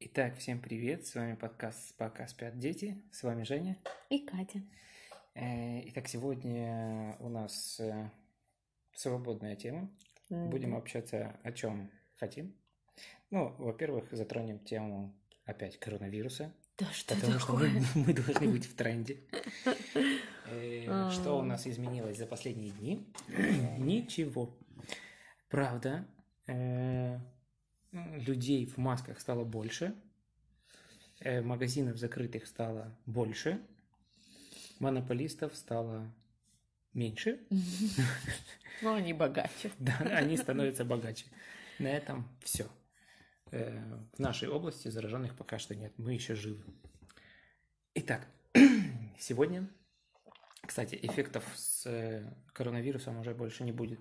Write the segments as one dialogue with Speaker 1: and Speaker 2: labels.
Speaker 1: Итак, всем привет, с вами подкаст «Пока спят дети», с вами Женя.
Speaker 2: И Катя.
Speaker 1: Э, Итак, сегодня у нас э, свободная тема. Будем общаться о чем хотим. Ну, во-первых, затронем тему опять коронавируса,
Speaker 2: Да что
Speaker 1: потому что мы,
Speaker 2: такое?
Speaker 1: мы должны быть в тренде. Э, Что у
Speaker 2: А.
Speaker 1: нас изменилось за последние дни? Ничего. Правда, э, м, людей в масках стало больше, э, магазинов закрытых стало больше, монополистов стало меньше.
Speaker 2: Но Ну, они богаче.
Speaker 1: Да, они становятся богаче. На этом все. В нашей области зараженных пока что нет. Мы еще живы. Итак, сегодня, кстати, эффектов с э, коронавирусом уже больше не будет.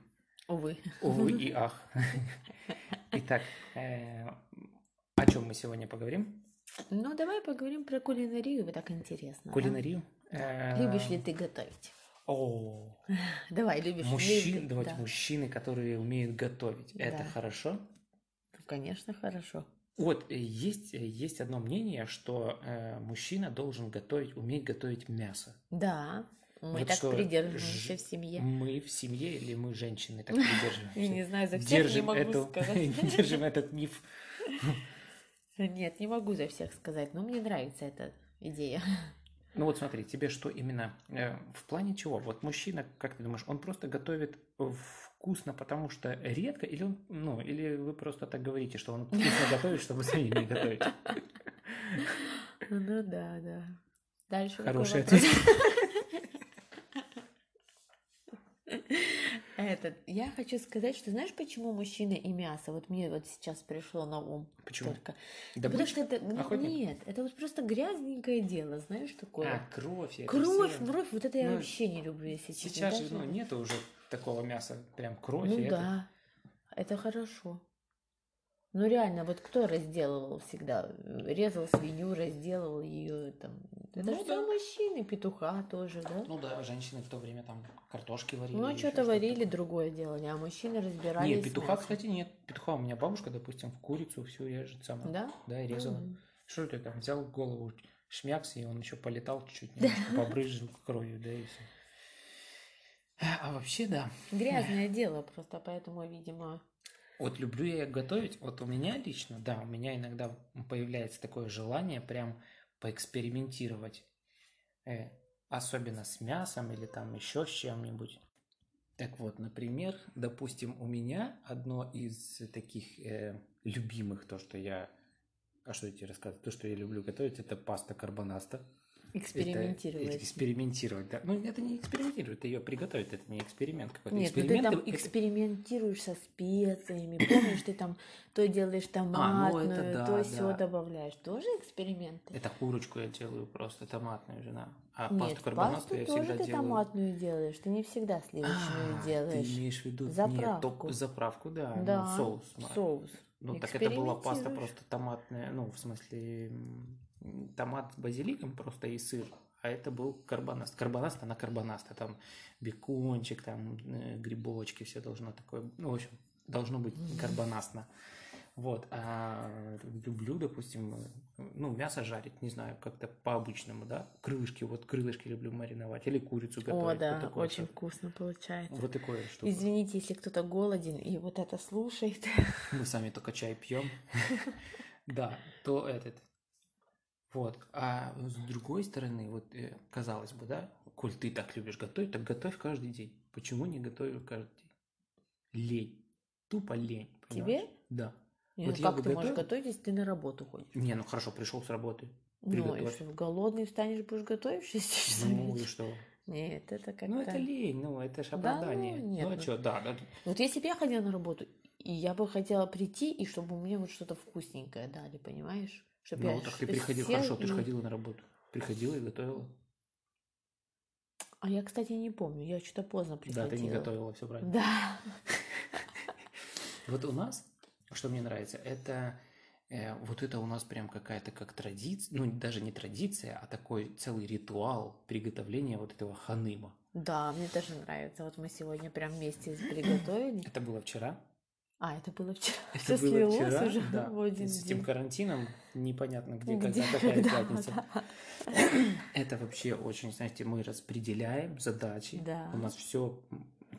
Speaker 2: Увы.
Speaker 1: Увы и ах. Итак, э, о чем мы сегодня поговорим?
Speaker 2: Ну, давай поговорим про кулинарию, вот так интересно. да?
Speaker 1: Кулинарию. Э,
Speaker 2: Любишь ли ты готовить?
Speaker 1: О,
Speaker 2: Давай, любишь ли
Speaker 1: мужчин,
Speaker 2: ты-
Speaker 1: давайте
Speaker 2: Да.
Speaker 1: мужчины, которые умеют готовить. Это
Speaker 2: Да.
Speaker 1: хорошо.
Speaker 2: Ну, Конечно, хорошо.
Speaker 1: Вот э, есть, э, есть одно мнение, что э, мужчина должен готовить, уметь готовить мясо.
Speaker 2: Да, мы
Speaker 1: Вот
Speaker 2: так
Speaker 1: что
Speaker 2: придерживаемся
Speaker 1: ж-
Speaker 2: в семье.
Speaker 1: Мы в семье или мы женщины так придерживаемся?
Speaker 2: Я не знаю, за всех не
Speaker 1: держим,
Speaker 2: могу
Speaker 1: эту-
Speaker 2: сказать.
Speaker 1: держим этот миф.
Speaker 2: Нет, не могу за всех сказать, но мне нравится эта идея.
Speaker 1: Ну вот смотри, тебе что именно, э, в плане чего? Вот мужчина, как ты думаешь, он просто готовит вкусно, потому что редко, или он, ну, или вы просто так говорите, что он вкусно готовит, чтобы сами не готовить?
Speaker 2: Ну да, да. Дальше какой
Speaker 1: Хороший
Speaker 2: вопрос? Этот, я хочу сказать, что знаешь, почему мужчины и мясо? Вот мне вот сейчас пришло на ум
Speaker 1: Почему?
Speaker 2: только. Потому
Speaker 1: Добыча?
Speaker 2: что это н-
Speaker 1: Охотник?
Speaker 2: нет, это вот просто грязненькое дело, знаешь такое.
Speaker 1: А, кровь. это
Speaker 2: кровь,
Speaker 1: всё.
Speaker 2: кровь, вот это я
Speaker 1: Ну,
Speaker 2: вообще не люблю, если честно.
Speaker 1: Сейчас же
Speaker 2: даже
Speaker 1: ну,
Speaker 2: это-
Speaker 1: нету уже такого мяса, прям кровь. и
Speaker 2: Ну
Speaker 1: это.
Speaker 2: да, это хорошо. Ну реально, вот кто разделывал всегда? Резал свинью, разделывал ее там. Это
Speaker 1: Ну да.
Speaker 2: же все мужчины, петуха тоже, да?
Speaker 1: Ну да, женщины в то время там картошки варили.
Speaker 2: Ну,
Speaker 1: или ещё
Speaker 2: что-то варили,
Speaker 1: такое.
Speaker 2: другое делали, а мужчины разбирались.
Speaker 1: Нет, петуха,
Speaker 2: мясом.
Speaker 1: кстати, нет. Петуха у меня бабушка, допустим, в курицу всю режет сама.
Speaker 2: Да?
Speaker 1: Да, и резала.
Speaker 2: Мгм.
Speaker 1: Что ты там, взял голову, шмякс, и он еще полетал чуть-чуть, немножко побрызжил кровью, да, и все. А вообще, да.
Speaker 2: Грязное дело просто, поэтому, видимо...
Speaker 1: Вот люблю я готовить. Вот у меня лично, да, у меня иногда появляется такое желание прям поэкспериментировать. Э, особенно с мясом или там еще с чем-нибудь. Так вот, например, допустим, у меня одно из таких э, любимых, то, что я... А что я тебе рассказываю? То, что я люблю готовить, это паста карбонаста.
Speaker 2: Экспериментировать.
Speaker 1: Это, экспериментировать, да. Ну, это не экспериментировать, это ее приготовить, это не эксперимент какой-то.
Speaker 2: Нет, ну ты
Speaker 1: Эксперимент
Speaker 2: там
Speaker 1: это-
Speaker 2: экспериментируешь со специями, помнишь, ты там то делаешь томатную,
Speaker 1: А, ну да,
Speaker 2: то
Speaker 1: да.
Speaker 2: все добавляешь. Тоже эксперименты?
Speaker 1: Это курочку я делаю просто томатную жена. А
Speaker 2: Нет,
Speaker 1: пасту карбонату
Speaker 2: пасту
Speaker 1: я
Speaker 2: тоже
Speaker 1: всегда
Speaker 2: ты
Speaker 1: делаю.
Speaker 2: томатную делаешь, ты не всегда сливочную
Speaker 1: А,
Speaker 2: делаешь.
Speaker 1: Ты имеешь в виду нет,
Speaker 2: Заправку.
Speaker 1: топ- заправку, да, ну,
Speaker 2: Да,
Speaker 1: соус. ну,
Speaker 2: Соус.
Speaker 1: Ну так это была паста
Speaker 2: Экспериментируешь.
Speaker 1: просто томатная, ну в смысле м, томат с базиликом просто и сыр. А это был карбонаст. Карбонаст, она карбонаста. Там бекончик, там э, грибочки, все должно такое. Ну, в общем, должно быть карбонастно. Вот. А люблю, допустим, э, ну, мясо жарить, не знаю, как-то по-обычному, да? Крылышки, вот крылышки люблю мариновать. Или курицу
Speaker 2: О,
Speaker 1: готовить.
Speaker 2: да,
Speaker 1: вот такое
Speaker 2: очень
Speaker 1: всё.
Speaker 2: вкусно получается.
Speaker 1: Вот такое, что
Speaker 2: Извините, если кто-то голоден и вот это слушает.
Speaker 1: мы сами только чай пьем. Да, то этот. Вот. А с другой стороны, вот э, казалось бы, да, коль ты так любишь готовить, так готовь каждый день. Почему не готовлю каждый день? Лень. Тупо лень.
Speaker 2: Тебе?
Speaker 1: понимаешь? Да.
Speaker 2: Не,
Speaker 1: Вот
Speaker 2: ну
Speaker 1: я
Speaker 2: как
Speaker 1: бы
Speaker 2: ты можешь
Speaker 1: готовил.
Speaker 2: готовить, если ты на работу ходишь?
Speaker 1: Не, ну хорошо, пришел с работы.
Speaker 2: Ну,
Speaker 1: Приготовь.
Speaker 2: и что, голодный встанешь, будешь готовить в 6 часов
Speaker 1: Ну и
Speaker 2: вечера?
Speaker 1: что?
Speaker 2: Нет, это как-то...
Speaker 1: Ну это лень, ну это же
Speaker 2: Да,
Speaker 1: оправдание.
Speaker 2: ну, нет,
Speaker 1: ну а
Speaker 2: ну.
Speaker 1: что, да, да.
Speaker 2: Вот если бы я ходила на работу, и я бы хотела прийти, и чтобы мне вот что-то вкусненькое дали, понимаешь? Чтобы
Speaker 1: Ну так ты приходил,
Speaker 2: сел
Speaker 1: хорошо, ты же
Speaker 2: и-
Speaker 1: ходила на работу. Приходила и готовила.
Speaker 2: А я, кстати, не помню, я что-то поздно приходила.
Speaker 1: Да, ты не готовила, все правильно.
Speaker 2: Да.
Speaker 1: Вот у нас, что мне нравится, это э, вот это у нас прям какая-то как традиция, ну даже не традиция, а такой целый ритуал приготовления вот этого ханыма.
Speaker 2: Да, мне тоже нравится. Вот мы сегодня прям вместе приготовили.
Speaker 1: Это было вчера.
Speaker 2: А, это было вчера.
Speaker 1: Это
Speaker 2: Все
Speaker 1: было
Speaker 2: слилось
Speaker 1: вчера,
Speaker 2: уже
Speaker 1: да.
Speaker 2: в один
Speaker 1: С этим
Speaker 2: день.
Speaker 1: карантином непонятно, где,
Speaker 2: Где,
Speaker 1: когда, какая
Speaker 2: когда,
Speaker 1: пятница.
Speaker 2: да.
Speaker 1: Это вообще очень, знаете, мы распределяем задачи.
Speaker 2: Да.
Speaker 1: У нас все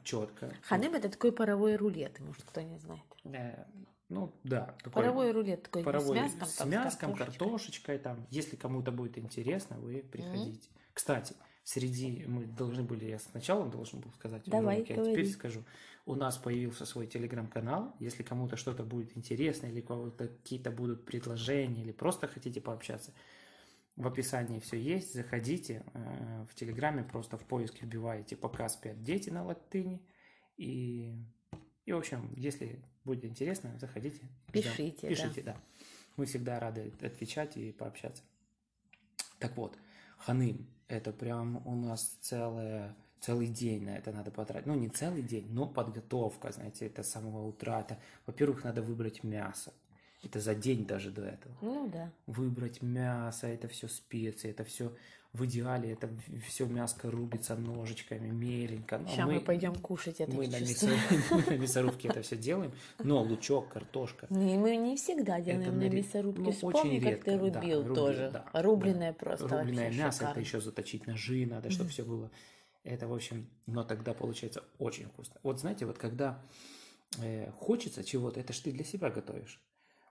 Speaker 1: четко.
Speaker 2: Ханем это такой паровой рулет, может, кто не знает.
Speaker 1: Э, Ну да, такой
Speaker 2: Паровой рулет такой ну,
Speaker 1: паровой
Speaker 2: с мяском,
Speaker 1: с
Speaker 2: там,
Speaker 1: мяском,
Speaker 2: картошечкой.
Speaker 1: картошечкой. Там, если кому-то будет интересно, вы приходите. Кстати, среди мы должны были, я сначала должен был сказать,
Speaker 2: Давай,
Speaker 1: Вероника, я
Speaker 2: говори.
Speaker 1: теперь скажу. У нас появился свой телеграм-канал. Если кому-то что-то будет интересно или у кого-то какие-то будут предложения или просто хотите пообщаться, в описании все есть. Заходите э, в телеграме, просто в поиске вбиваете «Пока спят дети» на латыни. И, и в общем, если будет интересно, заходите. ждем.
Speaker 2: Пишите, да.
Speaker 1: Пишите, да. Мы всегда рады отвечать и пообщаться. Так вот, ханым, это прям у нас целое, целый день на это надо потратить. Ну, не целый день, но подготовка, знаете, это с самого утра. Это, во-первых, надо выбрать мясо. Это за день даже до этого
Speaker 2: Ну да.
Speaker 1: выбрать мясо, это все специи, это все в идеале, это все мяско рубится ножичками, меленько. Ну, а
Speaker 2: Сейчас мы, пойдем кушать это
Speaker 1: мы на,
Speaker 2: чувство.
Speaker 1: мясо- мы на мясорубке это все делаем, но лучок, картошка.
Speaker 2: Не, мы не всегда делаем на
Speaker 1: наре-
Speaker 2: мясорубке.
Speaker 1: ну, очень
Speaker 2: Вспомни, как
Speaker 1: редко,
Speaker 2: ты
Speaker 1: да,
Speaker 2: рубил
Speaker 1: рубил,
Speaker 2: тоже.
Speaker 1: да,
Speaker 2: А Рубленое просто
Speaker 1: Рубленое
Speaker 2: вообще
Speaker 1: мясо, это
Speaker 2: шикарно.
Speaker 1: еще заточить ножи надо, чтобы
Speaker 2: Мгм.
Speaker 1: все было. Это, в общем, но тогда получается очень вкусно. Вот знаете, вот когда э, хочется чего-то, это ж ты для себя готовишь.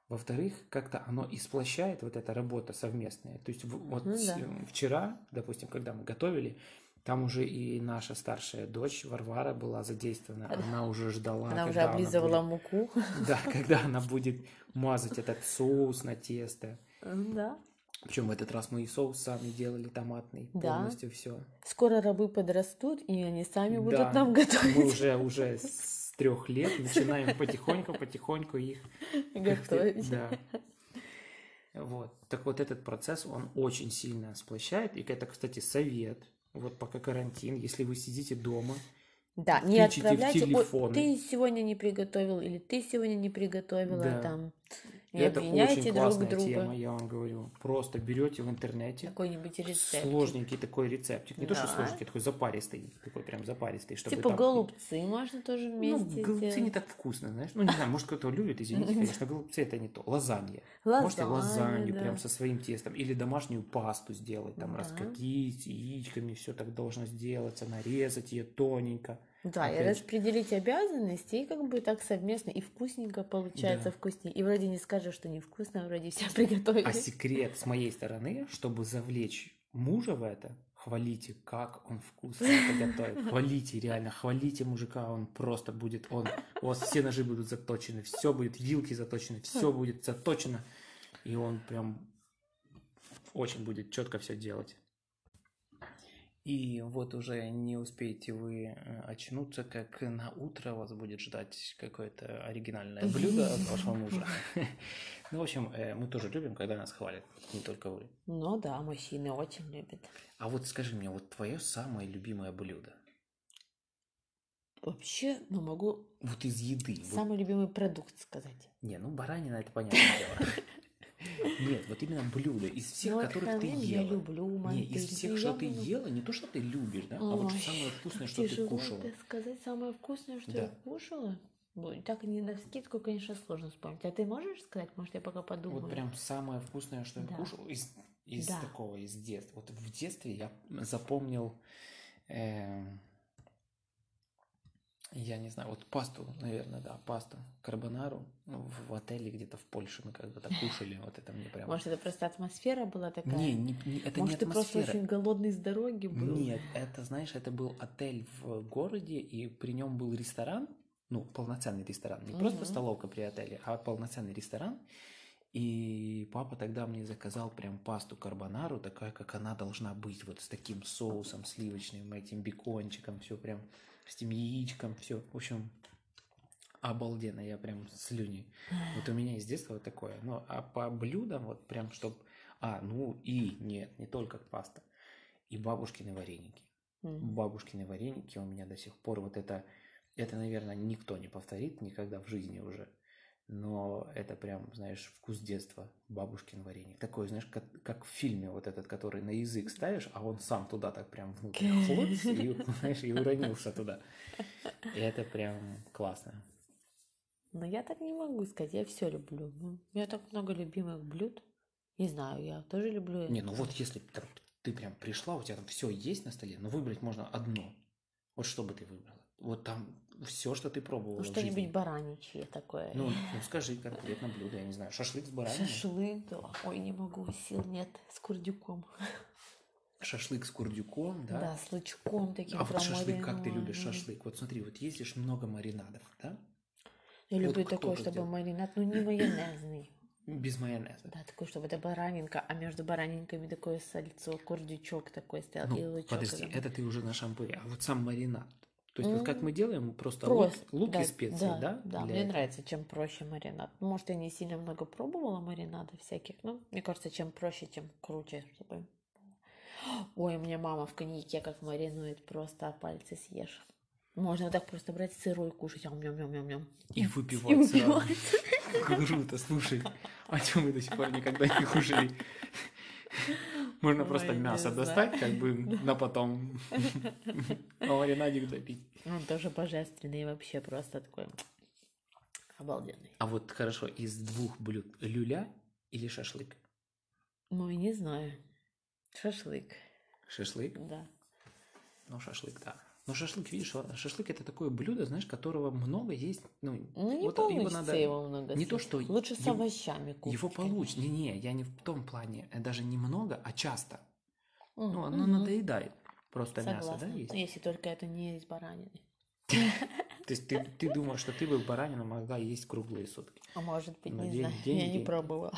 Speaker 1: Во-вторых, как-то оно исплощает вот эта работа совместная. То есть в- вот
Speaker 2: Ну
Speaker 1: с-
Speaker 2: да.
Speaker 1: э, вчера, допустим, когда мы готовили, там уже и наша старшая дочь Варвара была задействована.
Speaker 2: Да.
Speaker 1: Она уже ждала.
Speaker 2: Она уже
Speaker 1: когда будет-
Speaker 2: облизывала муку.
Speaker 1: да, когда она будет мазать этот соус на тесто.
Speaker 2: Да.
Speaker 1: Причем в этот раз мы и соус сами делали томатный,
Speaker 2: Да.
Speaker 1: полностью все.
Speaker 2: Скоро рабы подрастут, и они сами будут
Speaker 1: Да.
Speaker 2: нам
Speaker 1: Мы
Speaker 2: готовить.
Speaker 1: уже уже с трех лет начинаем потихоньку, потихоньку их как-то-
Speaker 2: Готовить.
Speaker 1: Да. Вот. Так вот этот процесс он очень сильно сплощает, и это, кстати, совет. Вот пока карантин, если вы сидите дома,
Speaker 2: Да, не
Speaker 1: Включите в
Speaker 2: отправляйте. «Ой,
Speaker 1: телефоны».
Speaker 2: ты сегодня не приготовил, или ты сегодня не приготовила,
Speaker 1: Да.
Speaker 2: там.
Speaker 1: и
Speaker 2: Не
Speaker 1: это
Speaker 2: обвиняйте
Speaker 1: очень
Speaker 2: друг
Speaker 1: классная
Speaker 2: друга.
Speaker 1: тема, я вам говорю. Просто берете в интернете
Speaker 2: Какой-нибудь рецепт.
Speaker 1: сложненький такой рецептик, не то что
Speaker 2: Да.
Speaker 1: сложненький, такой запаристый, такой прям запаристый, чтобы
Speaker 2: Типа
Speaker 1: там-
Speaker 2: голубцы можно тоже
Speaker 1: Ну,
Speaker 2: вместе
Speaker 1: голубцы не
Speaker 2: сделать.
Speaker 1: так вкусно, знаешь. Ну, не знаю, может, кто-то любит, извините, конечно, голубцы это не то. Лазанья. Можете лазанью
Speaker 2: да.
Speaker 1: прям со своим тестом или домашнюю пасту сделать, там
Speaker 2: Да.
Speaker 1: раскатить яичками, все так должно сделаться, нарезать ее тоненько.
Speaker 2: Да, и
Speaker 1: опять же.
Speaker 2: распределить обязанности, и как бы так совместно, и вкусненько получается,
Speaker 1: Да.
Speaker 2: вкуснее. И вроде не скажешь, что невкусно, а вроде все приготовили.
Speaker 1: А секрет с моей стороны, чтобы завлечь мужа в это, хвалите, как он вкусно это готовит. Хвалите, реально, хвалите мужика, он просто будет, он, у вас все ножи будут заточены, все будет, вилки заточены, все будет заточено, и он прям очень будет четко все делать. И вот уже не успеете вы э, очнуться, как на утро вас будет ждать какое-то оригинальное блюдо от вашего мужа. Ну, в общем, э, мы тоже любим, когда нас хвалят, не только вы.
Speaker 2: Ну да, мужчины очень любят.
Speaker 1: А вот скажи мне, вот твое самое любимое блюдо?
Speaker 2: Вообще, ну могу
Speaker 1: Вот из еды. вот-
Speaker 2: самый любимый продукт сказать.
Speaker 1: Не, ну баранина это понятное дело. Нет, вот именно блюдо из всех,
Speaker 2: Ну, вот
Speaker 1: которых ты
Speaker 2: хрен я
Speaker 1: ела.
Speaker 2: люблю
Speaker 1: Не, из
Speaker 2: мантыльки,
Speaker 1: всех,
Speaker 2: я
Speaker 1: что ты
Speaker 2: люблю.
Speaker 1: ела, не то, что ты любишь, да, а вот
Speaker 2: Ой,
Speaker 1: самое вкусное,
Speaker 2: как
Speaker 1: что ты
Speaker 2: тяжело
Speaker 1: кушала.
Speaker 2: это сказать самое вкусное, что я
Speaker 1: Да.
Speaker 2: кушала. Ой, Так не на скидку, конечно, сложно вспомнить. А ты можешь сказать? Может, я пока подумаю.
Speaker 1: Вот прям самое вкусное, что я
Speaker 2: Да.
Speaker 1: кушал из, из
Speaker 2: Да.
Speaker 1: такого, из детства. Вот в детстве я запомнил, эм, я не знаю, вот пасту, наверное, да, пасту, карбонару Ну, в, в отеле где-то в Польше мы когда-то кушали, вот это мне прям...
Speaker 2: Может, это просто атмосфера была такая?
Speaker 1: Не, не- не- это
Speaker 2: Может,
Speaker 1: не
Speaker 2: ты просто
Speaker 1: атмосфера.
Speaker 2: очень голодный с дороги был?
Speaker 1: Нет, это, знаешь, это был отель в городе, и при нем был ресторан, ну, полноценный ресторан, не просто
Speaker 2: Мгм.
Speaker 1: столовка при отеле, а полноценный ресторан. И папа тогда мне заказал прям пасту карбонару, такая, как она должна быть, вот с таким соусом сливочным, этим бекончиком, все прям, с этим яичком, все, в общем, обалденно, я прям слюни. Вот у меня из детства вот такое. Ну, а по блюдам вот прям, чтоб... А, ну и нет, не только паста. И бабушкины вареники.
Speaker 2: М.
Speaker 1: Бабушкины вареники у меня до сих пор вот это... Это, наверное, никто не повторит никогда в жизни уже. Но это прям, знаешь, вкус детства. Бабушкин вареник. Такой, знаешь, как, как в фильме вот этот, который на язык ставишь, а он сам туда так прям внутрь хлопс и, знаешь, и уронился туда. И это прям классно.
Speaker 2: Но я так не могу сказать, я все люблю. Ну, У меня так много любимых блюд. Не знаю, я тоже люблю.
Speaker 1: Не, ну вот если там ты прям пришла, у тебя там все есть на столе, но выбрать можно одно. Вот что бы ты выбрала? Вот там все, что ты пробовала
Speaker 2: ну,
Speaker 1: в
Speaker 2: что-нибудь
Speaker 1: жизни.
Speaker 2: бараничье такое.
Speaker 1: Ну, ну скажи конкретно блюдо, я не знаю, шашлык с бараниной?
Speaker 2: Э. Шашлык, да. Ой, не могу, сил нет. С курдюком.
Speaker 1: Шашлык с курдюком, да?
Speaker 2: Да, с лучком таким
Speaker 1: А вот шашлык, как ты любишь
Speaker 2: промаринованным.
Speaker 1: шашлык? Вот смотри, вот есть лишь много маринадов, да?
Speaker 2: Я
Speaker 1: Вот
Speaker 2: люблю
Speaker 1: кто
Speaker 2: такой,
Speaker 1: как
Speaker 2: чтобы
Speaker 1: делает?
Speaker 2: маринад, ну не майонезный.
Speaker 1: Без майонеза.
Speaker 2: Да, такой, чтобы это баранинка, а между баранинками такое сальцо, курдючок такой стоял и
Speaker 1: Ну,
Speaker 2: лучок.
Speaker 1: подожди,
Speaker 2: этот.
Speaker 1: это ты уже на шампуре, а вот сам маринад. То есть вот как
Speaker 2: М,
Speaker 1: мы делаем, просто,
Speaker 2: Просто,
Speaker 1: лук, лук
Speaker 2: да,
Speaker 1: и специи, да?
Speaker 2: Да, да,
Speaker 1: для
Speaker 2: мне
Speaker 1: этого?
Speaker 2: нравится, чем проще маринад. Может, я не сильно много пробовала маринадов всяких, но мне кажется, чем проще, тем круче, чтобы... Ой, у меня мама в коньяке как маринует, просто а пальцы съешь. Можно вот так просто брать сырой и кушать, ам-ням-ням-ням-ням.
Speaker 1: И
Speaker 2: И
Speaker 1: выпивать сразу.
Speaker 2: убивать.
Speaker 1: Круто, слушай. О чем мы до сих пор никогда не кушали? Можно
Speaker 2: Ой,
Speaker 1: просто
Speaker 2: не
Speaker 1: мясо
Speaker 2: знаю.
Speaker 1: достать, как бы на потом. А маринадик допить.
Speaker 2: Он тоже божественный вообще просто такой обалденный.
Speaker 1: А вот хорошо, из двух блюд люля или шашлык?
Speaker 2: Ну, и не знаю. Шашлык,
Speaker 1: Шашлык?
Speaker 2: да.
Speaker 1: Ну, шашлык, да. Но шашлык, видишь, а шашлык это такое блюдо, знаешь, которого много есть. Ну,
Speaker 2: Ну, не
Speaker 1: вот его
Speaker 2: получится его,
Speaker 1: надо-
Speaker 2: много
Speaker 1: не то,
Speaker 2: съесть.
Speaker 1: что
Speaker 2: Лучше с
Speaker 1: его-
Speaker 2: овощами кушать.
Speaker 1: его получ.
Speaker 2: конечно.
Speaker 1: Не-не, я не в том плане, э, даже не много, а часто.
Speaker 2: М,
Speaker 1: Ну, оно
Speaker 2: мгм.
Speaker 1: надоедает. Просто мясо,
Speaker 2: Согласна.
Speaker 1: да, есть?
Speaker 2: Ну, Если только это не из баранины.
Speaker 1: То есть ты, ты думаешь, что ты бы баранину могла есть круглые сутки.
Speaker 2: А может быть,
Speaker 1: Ну,
Speaker 2: не
Speaker 1: день-
Speaker 2: знаю.
Speaker 1: день-
Speaker 2: Я не
Speaker 1: день.
Speaker 2: пробовала.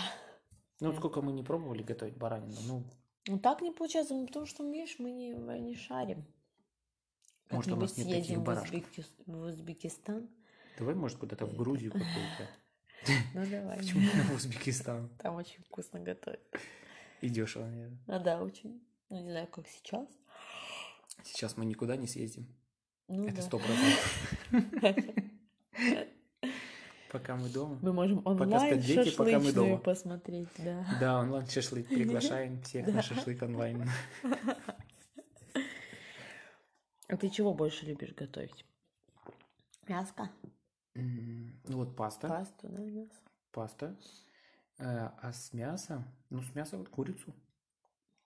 Speaker 1: Ну, вот
Speaker 2: Мгм.
Speaker 1: сколько мы не пробовали готовить баранину, ну,
Speaker 2: Ну так не получается, ну, потому что, видишь, мы не, э, не шарим.
Speaker 1: Может, у нас
Speaker 2: Как-нибудь
Speaker 1: нет таких
Speaker 2: съездим в,
Speaker 1: барашков.
Speaker 2: Узбекис- в Узбекистан.
Speaker 1: давай, может, куда-то в
Speaker 2: Это-
Speaker 1: Грузию какую-то.
Speaker 2: Ну давай.
Speaker 1: Почему не в Узбекистан?
Speaker 2: Там очень вкусно готовят.
Speaker 1: И дешево, наверное.
Speaker 2: Ну да, очень. Ну не знаю, как сейчас.
Speaker 1: Сейчас мы никуда не съездим.
Speaker 2: Ну
Speaker 1: Это
Speaker 2: да.
Speaker 1: сто процентов. Пока мы дома.
Speaker 2: Мы можем
Speaker 1: сказать,
Speaker 2: онлайн
Speaker 1: дети, пока мы дома.
Speaker 2: шашлычную посмотреть, да.
Speaker 1: Да, онлайн-шашлык. Приглашаем всех на
Speaker 2: Да.
Speaker 1: шашлык онлайн.
Speaker 2: А ты чего больше любишь готовить? Мяско.
Speaker 1: М, Ну вот паста.
Speaker 2: Пасту, да, мясо.
Speaker 1: Паста. Э, А с мяса? Ну, с мяса вот курицу.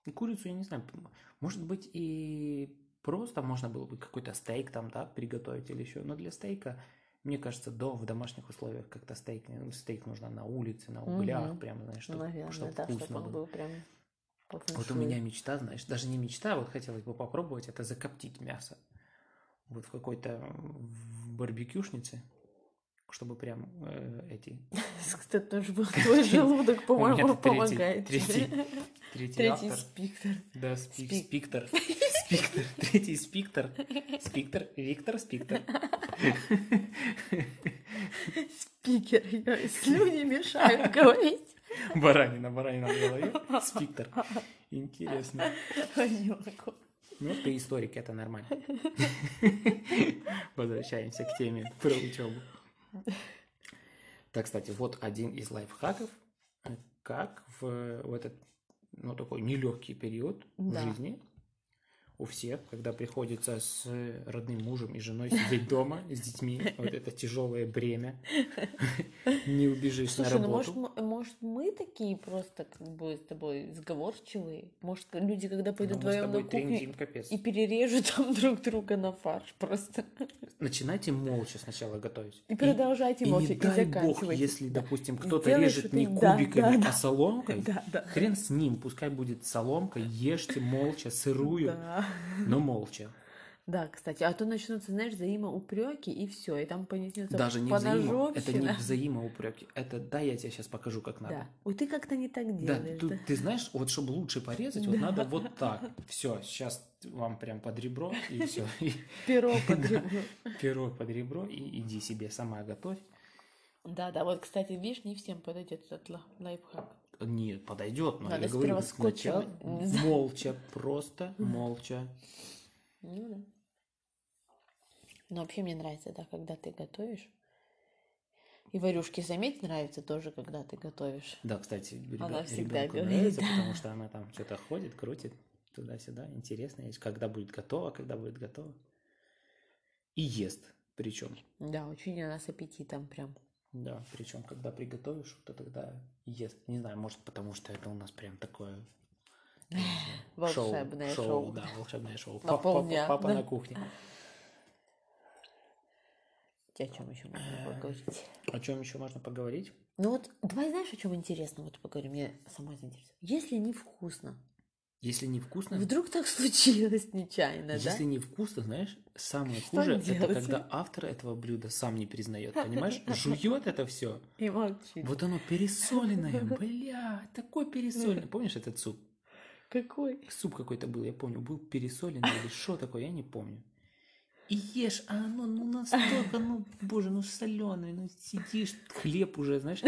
Speaker 1: И курицу, я не знаю, м, может быть, и просто можно было бы какой-то стейк там, да, приготовить или еще. Но для стейка, мне кажется, до в домашних условиях как-то стейк, не- стейк нужно на улице, на углях,
Speaker 2: Мгм.
Speaker 1: прям, знаешь,
Speaker 2: Ну,
Speaker 1: чтобы,
Speaker 2: Наверное,
Speaker 1: чтоб
Speaker 2: да,
Speaker 1: вкусно
Speaker 2: чтобы он
Speaker 1: было.
Speaker 2: был прям по
Speaker 1: Вот у
Speaker 2: фэншую.
Speaker 1: меня мечта, знаешь, даже не мечта, а вот хотелось бы попробовать, это закоптить мясо. Вот в какой-то м, в барбекюшнице, чтобы прям э, эти
Speaker 2: Кстати, тоже был твой желудок, по-моему,
Speaker 1: тут третий-
Speaker 2: помогает
Speaker 1: третий-
Speaker 2: тебе.
Speaker 1: третий,
Speaker 2: Третий
Speaker 1: автор.
Speaker 2: спектр.
Speaker 1: Да, спи-
Speaker 2: спик.
Speaker 1: спиктор. Спиктор. Третий спиктор. Спиктор. Виктор Спиктор.
Speaker 2: Спикер. Я и слюни мешают говорить.
Speaker 1: Баранина, баранина в голове. Спиктор. Интересно.
Speaker 2: Ой, не могу.
Speaker 1: Ну, ты историк, это нормально. Возвращаемся к теме про учебу. Так, кстати, вот один из лайфхаков, э, как в, в этот, ну, такой нелегкий период
Speaker 2: Да.
Speaker 1: в жизни у всех, когда приходится с э, родным мужем и женой сидеть дома с детьми, вот это тяжелое бремя, не убежишь на
Speaker 2: Слушай, ну может,
Speaker 1: работу.
Speaker 2: м- может мы такие просто как бы с тобой сговорчивые? Может люди, когда
Speaker 1: Ну,
Speaker 2: пойдут
Speaker 1: мы с
Speaker 2: вдвоем на
Speaker 1: тобой
Speaker 2: кухню
Speaker 1: трендим, капец.
Speaker 2: и перережут там друг друга на фарш просто.
Speaker 1: Начинайте молча сначала готовить.
Speaker 2: И продолжайте
Speaker 1: И
Speaker 2: молча,
Speaker 1: не
Speaker 2: и
Speaker 1: дай бог,
Speaker 2: заканчивайте.
Speaker 1: если,
Speaker 2: Да.
Speaker 1: допустим,
Speaker 2: И
Speaker 1: кто-то
Speaker 2: сделай,
Speaker 1: режет
Speaker 2: что
Speaker 1: не
Speaker 2: ты- да,
Speaker 1: кубиками,
Speaker 2: да, да.
Speaker 1: а соломкой,
Speaker 2: Да, да.
Speaker 1: хрен с ним, пускай будет соломка, ешьте молча, сырую,
Speaker 2: Да.
Speaker 1: но молча.
Speaker 2: Да, кстати, а то начнутся, знаешь, взаимоупреки и все, и там понесется
Speaker 1: Даже не взаимо, это не
Speaker 2: поножовщина.
Speaker 1: взаимоупреки, это да, я тебе сейчас покажу, как
Speaker 2: Да.
Speaker 1: надо.
Speaker 2: Ой, ты как-то не так
Speaker 1: Да,
Speaker 2: делаешь.
Speaker 1: тут
Speaker 2: да.
Speaker 1: ты знаешь, вот чтобы лучше порезать, вот
Speaker 2: Да.
Speaker 1: надо вот так. Все, сейчас вам прям под ребро и все. И
Speaker 2: Перо под
Speaker 1: Да.
Speaker 2: ребро.
Speaker 1: перо под ребро и иди себе сама готовь.
Speaker 2: Да, да, вот, кстати, видишь, не всем подойдет этот ла- лайфхак.
Speaker 1: Не, подойдет, но
Speaker 2: Надо
Speaker 1: я говорю,
Speaker 2: сперва скотчем,
Speaker 1: сначала
Speaker 2: не знаю.
Speaker 1: молча, просто молча.
Speaker 2: Ну да. Но вообще мне нравится, да, когда ты готовишь. И варюшке, заметь, нравится тоже, когда ты готовишь.
Speaker 1: Да, кстати, ребя-
Speaker 2: Она всегда
Speaker 1: ребенку
Speaker 2: говорит,
Speaker 1: нравится,
Speaker 2: да.
Speaker 1: потому что она там что-то ходит, крутит туда-сюда. Интересно, есть, когда будет готова, когда будет готова. И ест причем.
Speaker 2: Да, очень она с аппетитом прям.
Speaker 1: Да, причем, когда приготовишь, то тогда ест. Не знаю, может, потому что это у нас прям такое я не знаю,
Speaker 2: Волшебное шоу.
Speaker 1: да, волшебное шоу.
Speaker 2: На
Speaker 1: Пап- папа-
Speaker 2: полдня,
Speaker 1: Папа
Speaker 2: да.
Speaker 1: на кухне.
Speaker 2: О чем еще можно
Speaker 1: Э.
Speaker 2: поговорить?
Speaker 1: О чем еще можно поговорить?
Speaker 2: Ну вот, давай знаешь, о чем интересно, вот поговорим, мне сама это интересно. Если невкусно,
Speaker 1: Если не вкусно,
Speaker 2: вдруг так случилось нечаянно,
Speaker 1: если не вкусно, знаешь, самое
Speaker 2: Что
Speaker 1: хуже это
Speaker 2: делать?
Speaker 1: когда автор этого блюда сам не признает, понимаешь? Жует это все.
Speaker 2: да? И молчит.
Speaker 1: Вот оно пересоленное, бля, такой пересоленный. Помнишь этот суп?
Speaker 2: Какой?
Speaker 1: Суп какой-то был, я помню, был пересоленный или что такое, я не помню. И ешь, а оно ну настолько, ну боже, ну соленое, ну сидишь, хлеб уже, знаешь,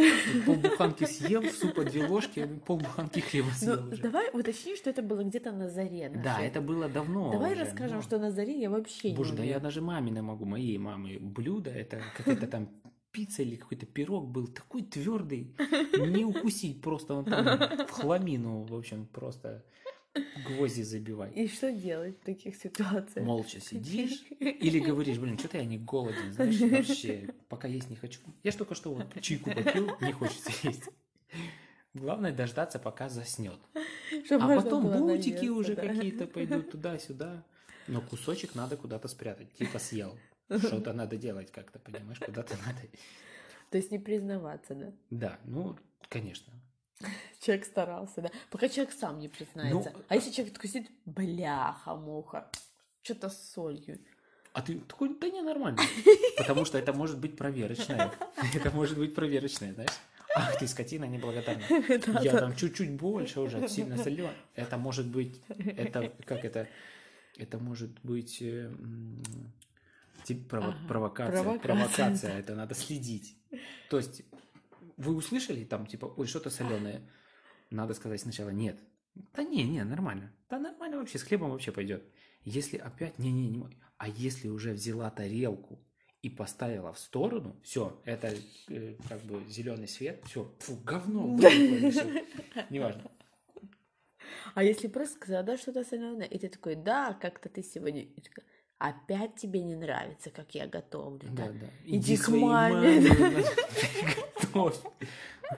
Speaker 1: полбуханки съел, супа две ложки, полбуханки хлеба съел
Speaker 2: Ну,
Speaker 1: уже.
Speaker 2: давай уточни, что это было где-то на заре.
Speaker 1: Да,
Speaker 2: нашей.
Speaker 1: это было давно
Speaker 2: Давай
Speaker 1: уже,
Speaker 2: расскажем,
Speaker 1: но-
Speaker 2: что на заре я вообще
Speaker 1: Боже,
Speaker 2: не
Speaker 1: да я
Speaker 2: умею.
Speaker 1: даже маминой могу, моей мамы блюдо, это какая-то там пицца или какой-то пирог был такой твердый, не укусить просто, он там в хламину, в общем, просто гвозди забивать.
Speaker 2: И что делать в таких ситуациях?
Speaker 1: Молча сидишь или говоришь, блин, что-то я не голоден, знаешь, вообще, пока есть не хочу. Я ж только что вот чайку попил, не хочется есть. Главное дождаться, пока заснет.
Speaker 2: Чтоб
Speaker 1: а
Speaker 2: можно
Speaker 1: потом
Speaker 2: было
Speaker 1: бутики
Speaker 2: наесться,
Speaker 1: уже
Speaker 2: да.
Speaker 1: какие-то пойдут туда-сюда. Но кусочек надо куда-то спрятать, типа съел. Что-то надо делать как-то, понимаешь, куда-то надо.
Speaker 2: То есть не признаваться, да?
Speaker 1: Да, ну, конечно.
Speaker 2: Человек старался, да? Пока человек сам не признается.
Speaker 1: Ну,
Speaker 2: а если человек такой сидит, бляха-муха, что-то с солью.
Speaker 1: А ты такой, да не, нормально. Потому что это может быть проверочное. Это может быть проверочное, знаешь. Ах ты, скотина неблагодарная. Я
Speaker 2: Да-да.
Speaker 1: там чуть-чуть больше уже, сильно солен. Это может быть, это как это, это может быть э, м, типа прово-
Speaker 2: Ага,
Speaker 1: провокация,
Speaker 2: провокация,
Speaker 1: провокация, это надо следить. То есть вы услышали там типа, ой, что-то соленое, надо сказать сначала нет. Да не, не, нормально. Да нормально вообще, с хлебом вообще пойдет. Если опять, не, не, не, мой. а если уже взяла тарелку и поставила в сторону, все, это э, как бы зеленый свет, все, фу, говно, в
Speaker 2: Да.
Speaker 1: рот кладешь, всё. неважно.
Speaker 2: А если просто сказала, да, что-то соленое, и ты такой, да, как-то ты сегодня... И такая, Опять тебе не нравится, как я готовлю.
Speaker 1: Да,
Speaker 2: Да.
Speaker 1: да.
Speaker 2: Иди к маме,
Speaker 1: маме, готовь.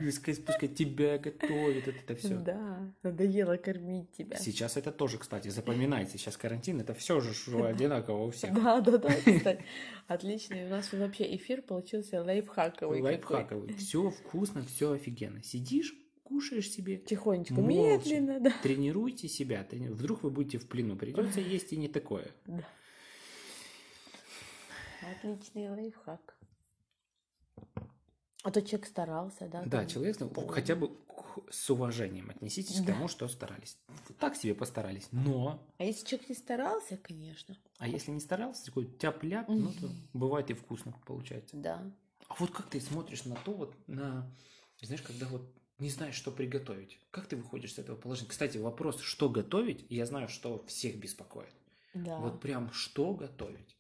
Speaker 1: Пускай пускай тебя готовит, вот это все.
Speaker 2: Да, надоело кормить тебя.
Speaker 1: Сейчас это тоже, кстати, запоминайте. Сейчас карантин, это все же ж одинаково у всех.
Speaker 2: Да, да, да, кстати. Отлично. И у нас вообще эфир получился лайфхаковый. какой.
Speaker 1: Лайфхаковый. Все вкусно, все офигенно. Сидишь, кушаешь себе.
Speaker 2: Тихонечко,
Speaker 1: Молча.
Speaker 2: медленно, да.
Speaker 1: Тренируйте себя. трени- Вдруг вы будете в плену. Придется есть и не такое.
Speaker 2: Отличный лайфхак. А то человек старался, да?
Speaker 1: Да,
Speaker 2: там.
Speaker 1: человек, ну,
Speaker 2: Помню.
Speaker 1: хотя бы к- с уважением отнеситесь к
Speaker 2: Да.
Speaker 1: тому, что старались. Так себе постарались. Но
Speaker 2: А если человек не старался, конечно.
Speaker 1: А если не старался, такой тяп-ляп, ну, то
Speaker 2: Мгм.
Speaker 1: бывает и вкусно получается.
Speaker 2: Да.
Speaker 1: А вот как ты смотришь на то, вот на, знаешь, когда вот не знаешь, что приготовить, как ты выходишь с этого положения? Кстати, вопрос, что готовить, я знаю, что всех беспокоит.
Speaker 2: Да.
Speaker 1: Вот прям, что готовить?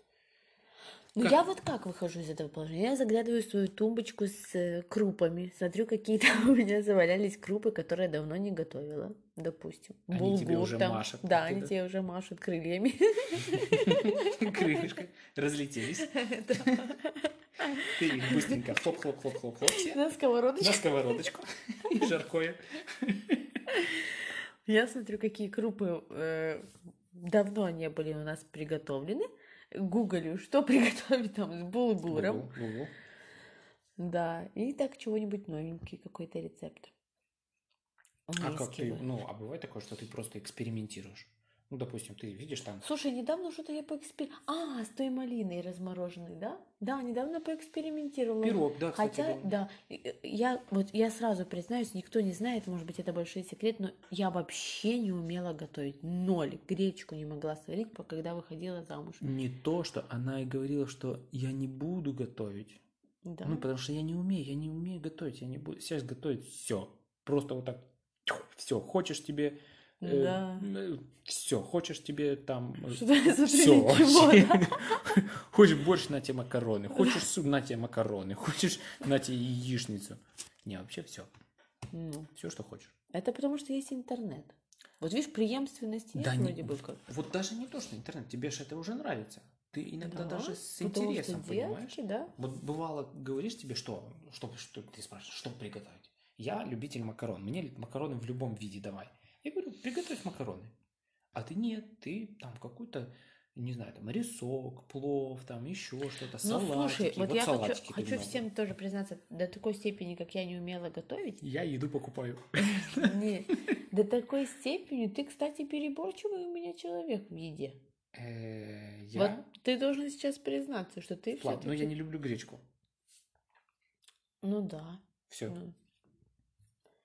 Speaker 2: ну,
Speaker 1: как-
Speaker 2: я вот как выхожу из этого положения? Я заглядываю в свою тумбочку с э, крупами, смотрю, какие там у меня завалялись крупы, которые я давно не готовила, допустим.
Speaker 1: Они тебе
Speaker 2: Булгур
Speaker 1: уже
Speaker 2: там.
Speaker 1: машут
Speaker 2: Да,
Speaker 1: оттуда.
Speaker 2: они тебе уже машут крыльями.
Speaker 1: Крылышко, разлетелись, ты их быстренько хлоп-хлоп-хлоп-хлоп-хлоп все
Speaker 2: На сковородочке.
Speaker 1: на сковородочку и жаркое.
Speaker 2: Я смотрю, какие крупы э, давно не были у нас приготовлены. Гуглю, что приготовить там с булгуром.
Speaker 1: Гу-гу, гу-гу.
Speaker 2: Да, и так чего-нибудь новенький, какой-то рецепт.
Speaker 1: А как ты,
Speaker 2: выискиваю.
Speaker 1: ну, а бывает такое, что ты просто экспериментируешь? Ну, допустим, ты видишь там
Speaker 2: Слушай, недавно что-то я поэкспериментировала. А, с той малиной размороженной, да? Да, недавно поэкспериментировала.
Speaker 1: Пирог, да, кстати.
Speaker 2: Хотя,
Speaker 1: был.
Speaker 2: да, и- и я вот я сразу признаюсь, никто не знает, может быть, это большой секрет, но я вообще не умела готовить. Ноль. Гречку не могла сварить, пока когда выходила замуж.
Speaker 1: Не то, что она и говорила, что я не буду готовить.
Speaker 2: Да.
Speaker 1: Ну, потому что я не умею, я не умею готовить, я не буду. Сейчас готовить все. Просто вот так. Все, хочешь тебе... э,
Speaker 2: Да.
Speaker 1: ну, все, хочешь тебе там... э,
Speaker 2: Что-то я
Speaker 1: Все
Speaker 2: смотрю,
Speaker 1: вообще.
Speaker 2: ничего.
Speaker 1: Хочешь больше на тебе макароны, хочешь суп на тебе макароны, хочешь на тебе яичницу. Не, вообще все.
Speaker 2: Ну,
Speaker 1: Все, что хочешь.
Speaker 2: Это потому что есть интернет. Вот видишь, преемственность есть
Speaker 1: Да не-
Speaker 2: вроде бы как.
Speaker 1: Вот даже не то, что интернет, тебе же это уже нравится. Ты иногда
Speaker 2: Да,
Speaker 1: даже с
Speaker 2: потому что
Speaker 1: интересом, понимаешь?
Speaker 2: девочки, да?
Speaker 1: Вот бывало, говоришь тебе, что, что, что ты спрашиваешь, что приготовить? Я любитель макарон, мне ли- макароны в любом виде давай. Я говорю, приготовь макароны. А ты нет, ты там какую-то, не знаю, там рисок, плов, там еще что-то,
Speaker 2: Ну,
Speaker 1: салатики.
Speaker 2: слушай, вот, я хочу,
Speaker 1: салатики ты
Speaker 2: хочу
Speaker 1: много.
Speaker 2: всем тоже признаться, до такой степени, как я не умела готовить,
Speaker 1: Я еду покупаю.
Speaker 2: не, до такой степени, ты, кстати, переборчивый у меня человек в еде.
Speaker 1: Э,
Speaker 2: Вот
Speaker 1: Я?
Speaker 2: ты должен сейчас признаться, что ты
Speaker 1: Ладно, но я
Speaker 2: всё-таки-
Speaker 1: не люблю гречку.
Speaker 2: Ну да.
Speaker 1: Все,
Speaker 2: ну.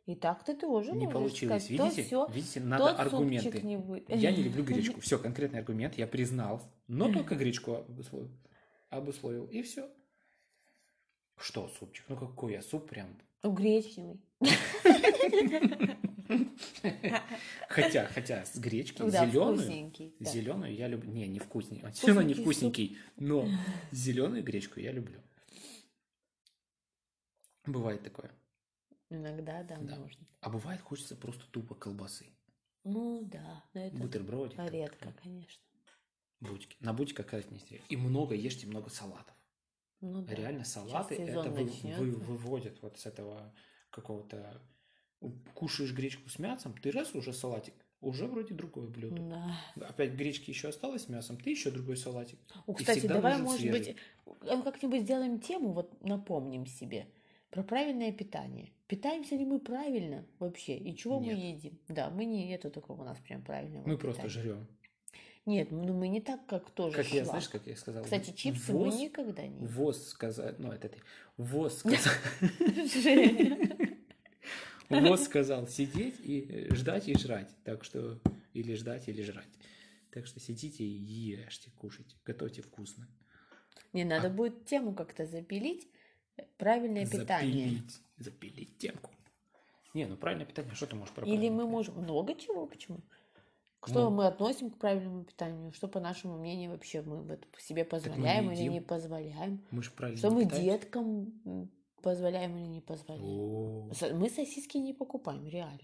Speaker 2: И так ты тоже
Speaker 1: Э. не
Speaker 2: можешь
Speaker 1: получилось.
Speaker 2: сказать, Ну, то
Speaker 1: Видите?
Speaker 2: всё,
Speaker 1: Видите,
Speaker 2: тот
Speaker 1: надо
Speaker 2: супчик
Speaker 1: аргументы.
Speaker 2: не вы-
Speaker 1: Я не люблю гречку. Все, конкретный аргумент я признал, но только гречку обусловил. Обусловил, и все. Что супчик? Ну какой я суп прям?
Speaker 2: Ну, Гречневый.
Speaker 1: Хотя, хотя с гречки
Speaker 2: Ну да,
Speaker 1: зеленую,
Speaker 2: вкусненький. да.
Speaker 1: зеленую я люблю. Не, не вкусненький. Он все равно не
Speaker 2: Вкусненький
Speaker 1: вкусненький, но зеленую гречку я люблю. Бывает такое.
Speaker 2: Иногда, да,
Speaker 1: Да.
Speaker 2: можно.
Speaker 1: А бывает хочется просто тупо колбасы.
Speaker 2: Ну да, но это
Speaker 1: Бутербродик. там,
Speaker 2: редко, конечно.
Speaker 1: Бутики. На бутиках как раз не встретишь. И много ешьте, много салатов.
Speaker 2: Ну да.
Speaker 1: Реально салаты
Speaker 2: сезон
Speaker 1: это вы- вы-
Speaker 2: начнётся.
Speaker 1: выводят вот с этого какого-то... Кушаешь гречку с мясом, ты раз уже салатик, уже вроде другое блюдо.
Speaker 2: Да.
Speaker 1: Опять гречки еще осталось с мясом, ты еще другой салатик.
Speaker 2: О,
Speaker 1: И
Speaker 2: кстати,
Speaker 1: всегда
Speaker 2: давай,
Speaker 1: нужен
Speaker 2: может
Speaker 1: свежий.
Speaker 2: быть, э, как-нибудь сделаем тему, вот напомним себе про правильное питание. Питаемся ли мы правильно вообще? И чего мы
Speaker 1: Нет.
Speaker 2: едим? Да, мы не нету такого у нас прям правильного.
Speaker 1: Мы просто
Speaker 2: питания.
Speaker 1: жрем.
Speaker 2: Нет, ну мы не так, как тоже
Speaker 1: Как я,
Speaker 2: шла.
Speaker 1: знаешь, как я сказал?
Speaker 2: Кстати, чипсы
Speaker 1: воз,
Speaker 2: мы никогда не едим.
Speaker 1: воз сказал, ну это ты, воз сказал, воз сказал сидеть и э, ждать и жрать, так что или ждать или жрать, так что сидите и ешьте, кушайте, готовьте вкусно.
Speaker 2: Не надо будет тему как-то запилить. э, Правильное питание.
Speaker 1: Запилить. Запилить темку. Не, ну правильное питание, что ты можешь про
Speaker 2: Или
Speaker 1: правильное
Speaker 2: мы
Speaker 1: питание?
Speaker 2: можем много чего, почему? Что
Speaker 1: Ну.
Speaker 2: мы относим к правильному питанию, что, по нашему мнению, вообще мы вот себе позволяем или
Speaker 1: едим.
Speaker 2: не позволяем.
Speaker 1: Мы же правильно
Speaker 2: Что мы
Speaker 1: питаемся.
Speaker 2: деткам м, позволяем или не позволяем.
Speaker 1: О,
Speaker 2: Со- Мы сосиски не покупаем, реально.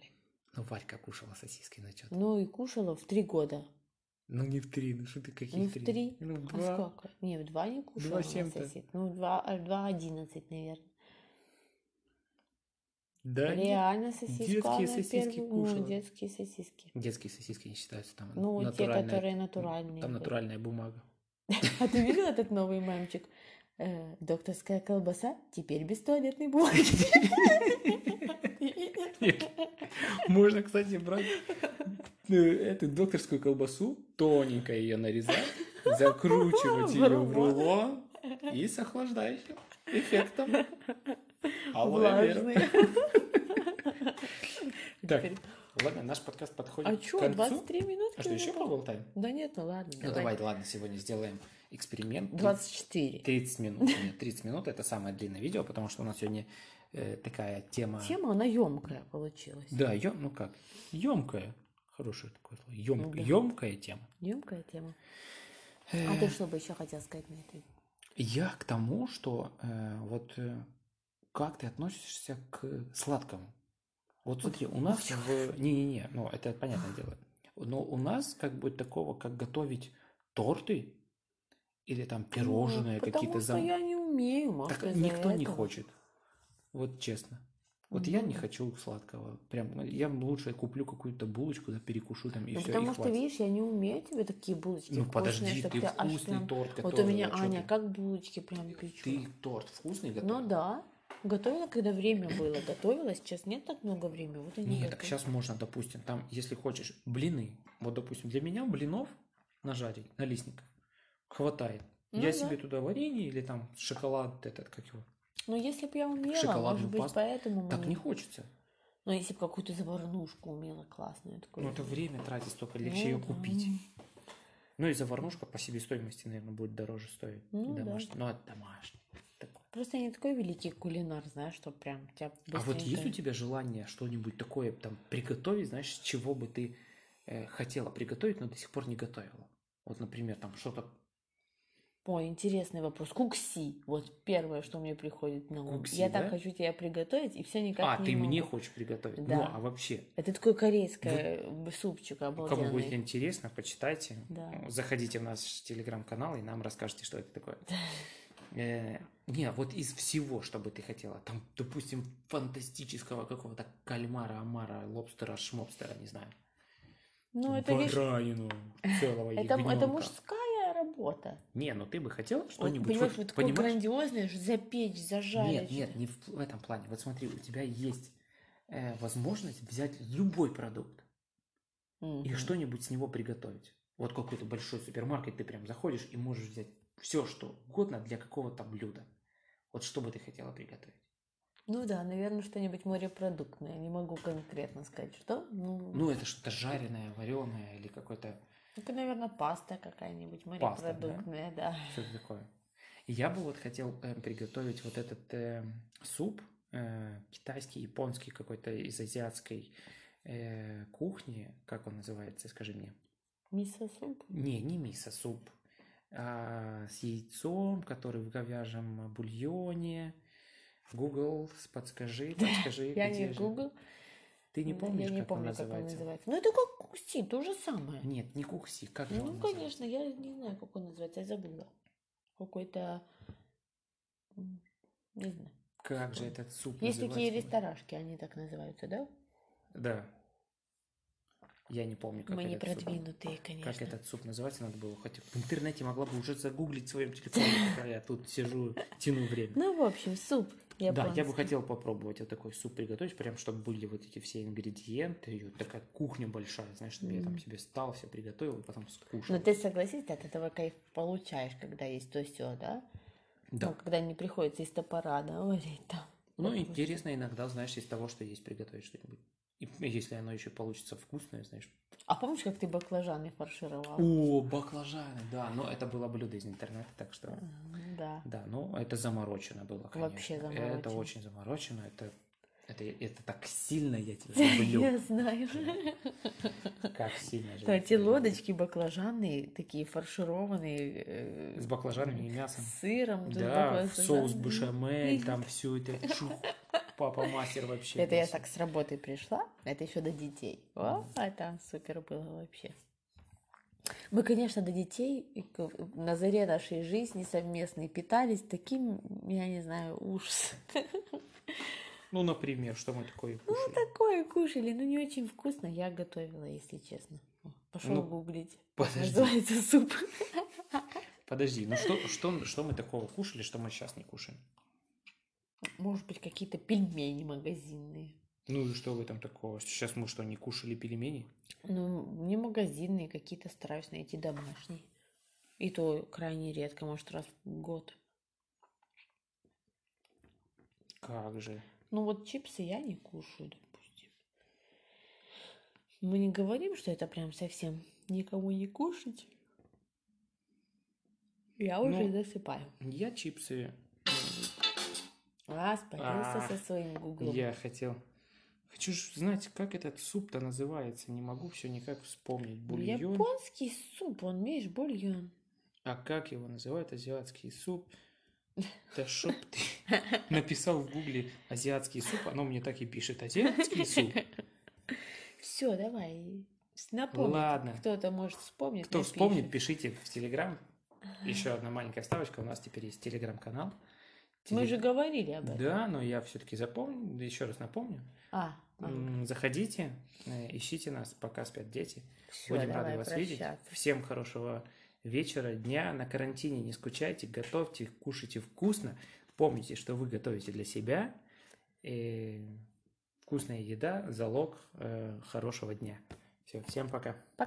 Speaker 1: Ну, Варька кушала сосиски на чёт.
Speaker 2: Ну и кушала в три года.
Speaker 1: Ну, не в три, ну что ты, какие
Speaker 2: Ну, в три.
Speaker 1: Ну, в
Speaker 2: А
Speaker 1: два.
Speaker 2: сколько? Не, в два не кушала
Speaker 1: Два
Speaker 2: она
Speaker 1: с чем-то.
Speaker 2: сосисок. Ну, два, а, два одиннадцать, наверное.
Speaker 1: Да нет.
Speaker 2: Реально сосиску
Speaker 1: детские
Speaker 2: она
Speaker 1: сосиски
Speaker 2: первую-
Speaker 1: кушала.
Speaker 2: Ну, детские сосиски.
Speaker 1: Детские сосиски не считаются, там
Speaker 2: Ну,
Speaker 1: натуральная,
Speaker 2: те, которые натуральные.
Speaker 1: там
Speaker 2: были.
Speaker 1: натуральная бумага.
Speaker 2: А ты видел этот новый мемчик? Э, докторская колбаса теперь без туалетной бумаги.
Speaker 1: Нет. Можно, кстати, брать э, эту докторскую колбасу, тоненько ее нарезать, закручивать
Speaker 2: В
Speaker 1: ее в
Speaker 2: рулон.
Speaker 1: рулон и с охлаждающим эффектом. Алоэ вера.
Speaker 2: Влажные.
Speaker 1: Так,
Speaker 2: Теперь-
Speaker 1: Ладно, наш подкаст подходит
Speaker 2: А
Speaker 1: к
Speaker 2: что,
Speaker 1: концу.
Speaker 2: 23 минутки?
Speaker 1: А что,
Speaker 2: уже
Speaker 1: еще
Speaker 2: пол-
Speaker 1: поболтаем?
Speaker 2: Да нет, ну ладно,
Speaker 1: Ну давай, ладно, сегодня сделаем эксперимент.
Speaker 2: 24.
Speaker 1: 30 минут. Нет, 30 минут это самое длинное видео, потому что у нас сегодня э, такая тема.
Speaker 2: Тема, она емкая получилась.
Speaker 1: Да, ё- ну как, емкая. Хорошее такое слово. Ём-
Speaker 2: Ну Да.
Speaker 1: Ёмкая тема.
Speaker 2: Емкая тема.
Speaker 1: Э.
Speaker 2: А ты что бы еще хотел сказать на этой?
Speaker 1: Я к тому, что э, вот э, как ты относишься к сладкому? Вот смотри, у нас в... Не-не-не, ну это понятное дело. Но у нас как бы такого, как готовить торты или там пирожные
Speaker 2: Ну,
Speaker 1: какие-то
Speaker 2: Потому что
Speaker 1: зам-
Speaker 2: я не умею, может,
Speaker 1: Так
Speaker 2: из-за
Speaker 1: никто не
Speaker 2: этого.
Speaker 1: хочет. Вот честно. Вот я не
Speaker 2: Ну.
Speaker 1: хочу сладкого. Прям ну, я лучше куплю какую-то булочку, да перекушу там и
Speaker 2: Ну,
Speaker 1: все, и
Speaker 2: потому что,
Speaker 1: хватит.
Speaker 2: видишь, я не умею тебе такие булочки
Speaker 1: ну
Speaker 2: вкусные,
Speaker 1: подожди,
Speaker 2: чтоб
Speaker 1: ты
Speaker 2: ты аж
Speaker 1: вкусный
Speaker 2: прям-
Speaker 1: торт
Speaker 2: Вот у
Speaker 1: готовила,
Speaker 2: меня
Speaker 1: чё
Speaker 2: Аня
Speaker 1: ты?
Speaker 2: как булочки прям печу.
Speaker 1: Ты торт вкусный готовила?
Speaker 2: Ну да. Готовила, когда время было. Готовила. Сейчас нет так много времени. Вот и не
Speaker 1: Нет, Ну, так
Speaker 2: готовлю.
Speaker 1: сейчас можно, допустим, там, если хочешь, блины. Вот, допустим, для меня блинов нажарить, налистников, хватает.
Speaker 2: Ну
Speaker 1: я
Speaker 2: да.
Speaker 1: себе туда варенье или там шоколад этот, как его.
Speaker 2: Но если бы я умела,
Speaker 1: Шоколадную
Speaker 2: может быть,
Speaker 1: пасту.
Speaker 2: поэтому мы
Speaker 1: Так
Speaker 2: не-
Speaker 1: не хочется.
Speaker 2: Но если бы какую-то заварнушку умела классную такую.
Speaker 1: Ну, это время тратить столько, легче
Speaker 2: Ну
Speaker 1: ее
Speaker 2: да.
Speaker 1: купить. Ну и заварнушка по себестоимости, наверное, будет дороже стоить.
Speaker 2: Ну да.
Speaker 1: домашний. Ну, от домашней. Такой.
Speaker 2: Просто я не такой великий кулинар, знаешь, что прям тебя
Speaker 1: А вот есть у
Speaker 2: быстренько-
Speaker 1: тебя желание что-нибудь такое там приготовить, знаешь, с чего бы ты э, хотела приготовить, но до сих пор не готовила? Вот, например, там что-то
Speaker 2: Ой, интересный вопрос. Кукси. Вот первое, что мне приходит на ум.
Speaker 1: Кукси,
Speaker 2: я
Speaker 1: да?
Speaker 2: так хочу тебя приготовить, и все никак
Speaker 1: а,
Speaker 2: не
Speaker 1: ты
Speaker 2: могу.
Speaker 1: мне хочешь приготовить?
Speaker 2: Да.
Speaker 1: Ну, а вообще,
Speaker 2: Это такой корейское э, супчик
Speaker 1: кому будет
Speaker 2: обалденный.
Speaker 1: интересно, почитайте.
Speaker 2: Да.
Speaker 1: Ну, Заходите в наш телеграм-канал и нам расскажете, что это такое. Э, Не, вот из всего, что бы ты хотела, там, допустим, фантастического какого-то кальмара, омара, лобстера, шмобстера, не знаю.
Speaker 2: Ну, это видишь,
Speaker 1: Баранину целого
Speaker 2: это, это
Speaker 1: ягнёнка.
Speaker 2: мужская работа.
Speaker 1: Не, ну ты бы хотела
Speaker 2: Вот,
Speaker 1: что-нибудь...
Speaker 2: понимаешь,
Speaker 1: вот,
Speaker 2: вот такое
Speaker 1: понимаешь?
Speaker 2: грандиозное, ж запечь,
Speaker 1: Нет,
Speaker 2: зажарить.
Speaker 1: нет, не в, в этом плане. Вот смотри, у тебя есть э, возможность взять любой продукт
Speaker 2: Мгм.
Speaker 1: и что-нибудь с него приготовить. Вот какой-то большой супермаркет, ты прям заходишь и можешь взять все, что угодно для какого-то блюда. Вот что бы ты хотела приготовить?
Speaker 2: Ну да, наверное, что-нибудь морепродуктное. Не могу конкретно сказать, что. Ну,
Speaker 1: Ну, это что-то жареное, вареное или какое-то
Speaker 2: это, наверное, паста какая-нибудь
Speaker 1: Паста, да?
Speaker 2: морепродуктная, да.
Speaker 1: что-то такое. И Я бы вот хотел э, приготовить вот этот э, суп э, китайский, японский какой-то из азиатской э, кухни. Как он называется, скажи мне?
Speaker 2: Мисо-суп.
Speaker 1: Не, не мисо, суп. А, с яйцом, который в говяжьем бульоне. Google, подскажи, подскажи.
Speaker 2: Я
Speaker 1: где
Speaker 2: не
Speaker 1: же?
Speaker 2: Google.
Speaker 1: Ты не
Speaker 2: Да,
Speaker 1: помнишь,
Speaker 2: Я не
Speaker 1: как
Speaker 2: помню,
Speaker 1: он
Speaker 2: как он
Speaker 1: называется?
Speaker 2: называется. Ну, это как куси, то же самое.
Speaker 1: Нет, не кукси, как же он
Speaker 2: Ну,
Speaker 1: называется?
Speaker 2: конечно, я не знаю, как он называется, я забыла. Какой-то... м, Не знаю.
Speaker 1: Как же этот суп
Speaker 2: Есть такие
Speaker 1: называется?
Speaker 2: ресторашки, они так называются, да?
Speaker 1: Да. Я не помню, как
Speaker 2: Мы не
Speaker 1: этот суп-
Speaker 2: продвинутые, конечно.
Speaker 1: Как этот суп называется, надо было хотя бы в интернете могла бы уже загуглить в своем телефоне, пока я тут сижу, тяну время.
Speaker 2: Ну, в общем, суп
Speaker 1: Да, я бы
Speaker 2: японский.
Speaker 1: хотел попробовать вот такой суп приготовить, прям чтобы были вот эти все ингредиенты, и вот такая кухня большая, знаешь, чтобы я там
Speaker 2: Мгм. Ну,
Speaker 1: себе стал, все приготовил, и потом скушал.
Speaker 2: Но ты согласись, ты от этого кайф получаешь, когда есть то все, да? Ну,
Speaker 1: Да.
Speaker 2: когда не приходится из топора, да, варить там.
Speaker 1: Ну,
Speaker 2: Вот, вот.
Speaker 1: интересно иногда, знаешь, из того, что есть, приготовить что-нибудь. И если оно еще получится вкусное, знаешь.
Speaker 2: А помнишь, как ты баклажаны фаршировала?
Speaker 1: О, баклажаны, да, но это было блюдо из интернета, так что...
Speaker 2: М, А, Да.
Speaker 1: Да, ну это заморочено было, конечно.
Speaker 2: Вообще
Speaker 1: Это
Speaker 2: заморочено.
Speaker 1: очень заморочено, это, это, это так сильно я тебя люблю.
Speaker 2: Я знаю.
Speaker 1: Как сильно же. я
Speaker 2: Эти
Speaker 1: тебя люблю.
Speaker 2: лодочки баклажаны, такие фаршированные. э,
Speaker 1: С баклажанами и мясом.
Speaker 2: с сыром. тут
Speaker 1: Да,
Speaker 2: такое
Speaker 1: в соус
Speaker 2: сажа-
Speaker 1: бешамель, там все это. чух. Папа мастер вообще.
Speaker 2: Это я
Speaker 1: всё.
Speaker 2: так с работы пришла, это еще до детей. О, а там супер было вообще. Мы, конечно, до детей и к- на заре нашей жизни совместной питались таким, я не знаю, ужас.
Speaker 1: Ну, например, что мы
Speaker 2: Ну,
Speaker 1: такое кушали?
Speaker 2: Такое кушали, но не очень вкусно. Я готовила, если честно. Пошел
Speaker 1: Ну,
Speaker 2: гуглить.
Speaker 1: Подожди,
Speaker 2: Называется суп.
Speaker 1: подожди, ну что, что, что мы такого кушали, что мы сейчас не кушаем?
Speaker 2: Может быть, какие-то пельмени магазинные.
Speaker 1: Ну и что в этом такого? Сейчас мы что, не кушали пельмени?
Speaker 2: Ну, не магазинные, какие-то стараюсь найти домашние. И то крайне редко, может, раз в год.
Speaker 1: Как же?
Speaker 2: Ну вот чипсы я не кушаю, допустим. Мы не говорим, что это прям совсем никому не кушать. Я уже
Speaker 1: Ну.
Speaker 2: засыпаю.
Speaker 1: Я чипсы.
Speaker 2: А, спалился
Speaker 1: А,
Speaker 2: со своим гуглом.
Speaker 1: Я хотел... Хочу ж знать, как этот суп-то называется. Не могу все никак вспомнить.
Speaker 2: Ну,
Speaker 1: Бульон.
Speaker 2: Японский суп, он, видишь, бульон.
Speaker 1: А как его называют? Азиатский суп. Да чтоб ты написал в гугле азиатский суп, оно мне так и пишет. Азиатский суп.
Speaker 2: Все, давай. Напомни.
Speaker 1: Ладно.
Speaker 2: Кто-то может вспомнить.
Speaker 1: Кто
Speaker 2: напишет.
Speaker 1: вспомнит, пишите в Телеграм. Еще одна маленькая вставочка. У нас теперь есть Телеграм-канал.
Speaker 2: Мы
Speaker 1: Теле-
Speaker 2: же говорили об этом.
Speaker 1: Да, но я все-таки запомню, да еще раз напомню.
Speaker 2: А,
Speaker 1: М, Заходите, э, ищите нас, пока спят дети.
Speaker 2: все,
Speaker 1: Будем
Speaker 2: давай
Speaker 1: рады вас видеть.
Speaker 2: прощаться.
Speaker 1: Всем хорошего вечера, дня. На карантине не скучайте, готовьте, кушайте вкусно. Помните, что вы готовите для себя. И вкусная еда – залог э, хорошего дня. Все, всем пока.